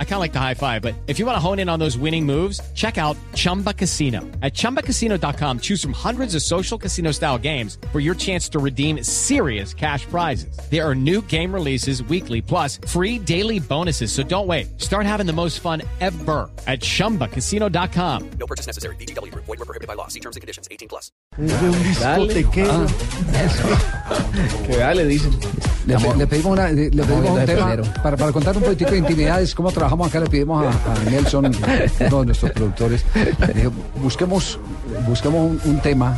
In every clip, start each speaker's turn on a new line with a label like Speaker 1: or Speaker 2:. Speaker 1: I kind of like the high five, but if you want to hone in on those winning moves, check out Chumba Casino. At chumbacasino.com, choose from hundreds of social casino style games for your chance to redeem serious cash prizes. There are new game releases weekly, plus free daily bonuses. So don't wait. Start having the most fun ever at chumbacasino.com.
Speaker 2: No purchase necessary. BGW. Void were prohibited by law. See terms and conditions. 18 plus.
Speaker 3: Es de un discotequero.
Speaker 4: Que vea, le dicen.
Speaker 5: Le, pe- le pedimos, una- le- le pedimos un
Speaker 4: de
Speaker 5: tema
Speaker 4: febrero.
Speaker 5: para, para contar un poquitico de intimidades, cómo trabajamos acá, le pedimos a, a Nelson, uno de nuestros productores, le dijo, busquemos, busquemos un, un tema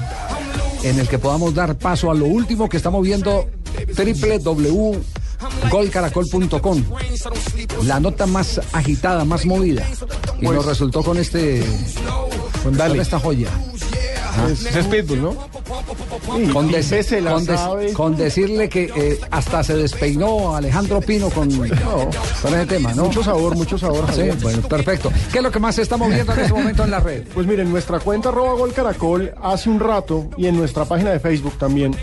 Speaker 5: en el que podamos dar paso a lo último que estamos viendo www.golcaracol.com, la nota más agitada, más movida, y nos resultó con este, con esta joya.
Speaker 3: Es, es Pitbull, ¿no?
Speaker 5: Con,
Speaker 3: Y
Speaker 5: des-
Speaker 3: Pepe la
Speaker 5: con des-
Speaker 3: sabe.
Speaker 5: con decirle que eh, hasta se despeinó Alejandro Pino con, con ese tema, ¿no?
Speaker 3: Mucho sabor, mucho sabor,
Speaker 5: Sí,
Speaker 3: Javier.
Speaker 5: bueno, perfecto. ¿Qué es lo que más se está moviendo en este momento en la red?
Speaker 3: Pues miren, nuestra cuenta arroba gol caracol hace un rato y en nuestra página de Facebook también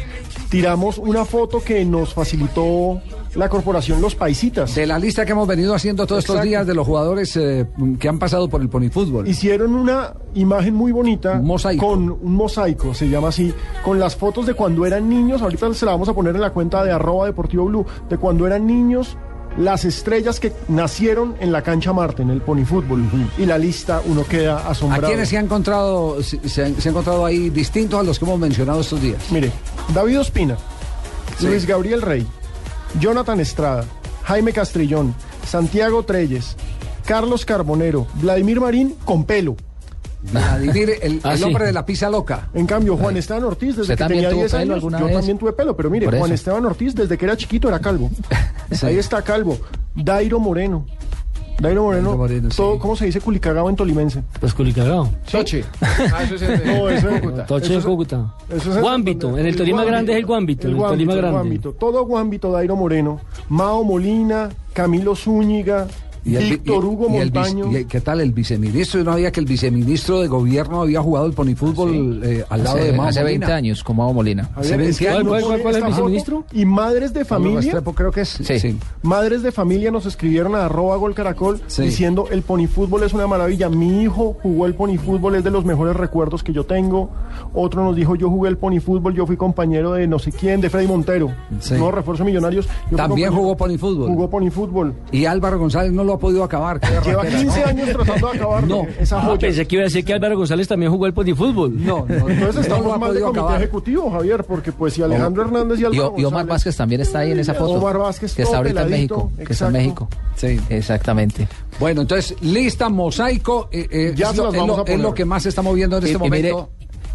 Speaker 3: tiramos una foto que nos facilitó la corporación Los Paisitas.
Speaker 5: De la lista que hemos venido haciendo todos estos
Speaker 3: Exacto.
Speaker 5: días de los jugadores eh, que han pasado por el ponifútbol.
Speaker 3: Hicieron una imagen muy bonita
Speaker 5: Un mosaico.
Speaker 3: con un mosaico, se llama así, con las fotos de cuando eran niños, ahorita se la vamos a poner en la cuenta de arroba deportivo blue, de cuando eran niños, las estrellas que nacieron en la cancha Marte, en el ponifútbol. Y la lista, uno queda
Speaker 5: ¿A
Speaker 3: asombrado.
Speaker 5: quiénes se han encontrado, se, se han, se han encontrado ahí distintos a los que hemos mencionado estos días?
Speaker 3: Mire, David Ospina, Luis Gabriel Rey, Jonathan Estrada, Jaime Castrillón, Santiago Treyes, Carlos Carbonero, Vladimir Marín con pelo.
Speaker 5: Vladimir, el,
Speaker 4: Ah,
Speaker 5: el
Speaker 4: sí.
Speaker 5: hombre de la pizza loca.
Speaker 3: En cambio, Juan Esteban Ortiz, desde
Speaker 4: ¿Usted
Speaker 3: que
Speaker 4: también
Speaker 3: tenía
Speaker 4: tuvo
Speaker 3: 10
Speaker 4: pelo
Speaker 3: años,
Speaker 4: alguna
Speaker 3: yo
Speaker 4: vez?
Speaker 3: también tuve pelo, pero mire,
Speaker 4: Por
Speaker 3: Juan
Speaker 4: eso.
Speaker 3: Esteban Ortiz, desde que era chiquito, era calvo. Ahí está calvo. Dairo Moreno. Dairo Moreno,
Speaker 5: Dairo Moreno, sí.
Speaker 3: todo, ¿cómo se dice culicagao en tolimense?
Speaker 6: Pues culicagao.
Speaker 3: Toche. No, eso Ah, es Cúcuta.
Speaker 6: Toche
Speaker 3: Eso
Speaker 6: en
Speaker 3: es-
Speaker 6: Cúcuta.
Speaker 3: Eso es-
Speaker 6: Guámbito. En el Tolima
Speaker 3: Guámbito.
Speaker 6: Grande es el Guámbito.
Speaker 3: El
Speaker 6: en el
Speaker 3: Guámbito,
Speaker 6: Tolima
Speaker 3: el
Speaker 6: Grande.
Speaker 3: Guámbito. Todo Guámbito, Dairo Moreno, Mao Molina, Camilo Zúñiga,
Speaker 5: el-
Speaker 3: Víctor Hugo
Speaker 5: y el vice-
Speaker 3: Montaño.
Speaker 5: y el- ¿Qué tal el viceministro? Yo no había que el viceministro de gobierno había jugado el ponifútbol eh, al lado de
Speaker 4: Hace,
Speaker 5: Mao
Speaker 4: hace 20
Speaker 5: Molina.
Speaker 4: años, como Mao Molina.
Speaker 3: Javier,
Speaker 5: hace
Speaker 3: es que
Speaker 5: 20 años.
Speaker 3: nos
Speaker 6: ¿Cuál, cuál,
Speaker 3: ponen
Speaker 6: cuál es el
Speaker 3: esta foto
Speaker 6: viceministro?
Speaker 3: Y madres de familia.
Speaker 5: Restrepo, creo que es.
Speaker 4: Sí.
Speaker 3: Madres de familia nos escribieron a arroba gol caracol
Speaker 5: Sí.
Speaker 3: diciendo el ponifútbol es una maravilla. Mi hijo jugó el ponifútbol, es de los mejores recuerdos que yo tengo. Otro nos dijo yo jugué el ponifútbol, yo fui compañero de no sé quién, de Freddy Montero.
Speaker 5: Sí.
Speaker 3: No refuerzo millonarios. yo fui
Speaker 5: También
Speaker 3: compañero-
Speaker 5: jugó ponifútbol.
Speaker 3: Jugó ponifútbol.
Speaker 5: Y Álvaro González no lo ha podido acabar. qué
Speaker 3: Lleva
Speaker 5: ratera,
Speaker 3: 15
Speaker 5: ¿no?
Speaker 3: años tratando de acabar
Speaker 5: No.
Speaker 3: Eh, esa
Speaker 6: Ah,
Speaker 3: joya.
Speaker 6: pensé que iba a decir que Álvaro González también jugó al polifútbol.
Speaker 5: No, no,
Speaker 3: Entonces
Speaker 5: no lo
Speaker 3: estamos
Speaker 5: ha
Speaker 3: mal de
Speaker 5: podido
Speaker 3: comité
Speaker 5: acabar.
Speaker 3: ejecutivo, Javier, porque pues si Alejandro Hernández y
Speaker 4: Y,
Speaker 3: Álvaro
Speaker 4: y Omar
Speaker 3: González-
Speaker 4: Vázquez también está ahí en esa foto.
Speaker 3: Omar Vázquez,
Speaker 4: que está
Speaker 3: todo
Speaker 4: ahorita en
Speaker 3: peladito,
Speaker 4: México. Que está en México.
Speaker 3: exacto.
Speaker 5: Sí.
Speaker 4: Exactamente.
Speaker 5: Bueno, entonces, lista, mosaico. eh, eh,
Speaker 3: Ya
Speaker 5: es,
Speaker 3: se
Speaker 5: lo,
Speaker 3: las
Speaker 5: es
Speaker 3: vamos
Speaker 5: lo-
Speaker 3: a poner.
Speaker 5: es lo que más se está moviendo en
Speaker 4: Y-
Speaker 5: este
Speaker 4: y mire-
Speaker 5: momento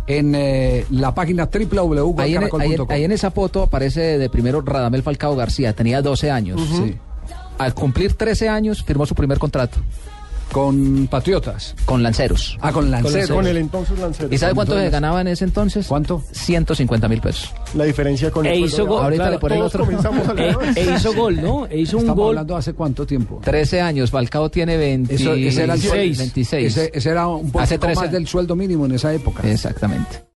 Speaker 5: en eh, la página
Speaker 4: Ahí en, ahí en-
Speaker 5: www.caracol.com.
Speaker 4: ahí en esa foto aparece de primero Radamel Falcao García. Tenía 12 años.
Speaker 5: Sí.
Speaker 4: Al cumplir 13 años, firmó su primer contrato
Speaker 5: Con Patriotas.
Speaker 4: con Lanceros.
Speaker 5: Ah, con Lanceros.
Speaker 3: con el entonces Lancero.
Speaker 4: ¿Y sabe cuánto se
Speaker 5: Entonces-
Speaker 4: ganaba en ese entonces?
Speaker 5: ¿Cuánto?
Speaker 4: 150 mil pesos.
Speaker 3: La diferencia con
Speaker 6: E
Speaker 3: el
Speaker 6: hizo
Speaker 3: sueldo de
Speaker 6: gol.
Speaker 3: ahora.
Speaker 4: Ahorita
Speaker 6: claro,
Speaker 4: le ponen
Speaker 3: Todos
Speaker 4: otro.
Speaker 3: comenzamos a
Speaker 6: E,
Speaker 3: la
Speaker 6: e hizo gol, ¿no? E hizo un
Speaker 5: Estamos
Speaker 6: gol.
Speaker 5: hablando hace cuánto tiempo.
Speaker 4: 13 años. Falcao tiene 26.
Speaker 5: Eso- ese era el-
Speaker 4: 26.
Speaker 5: Ese, ese era un poco
Speaker 4: Hace 13
Speaker 5: más del sueldo mínimo en esa época.
Speaker 4: Exactamente.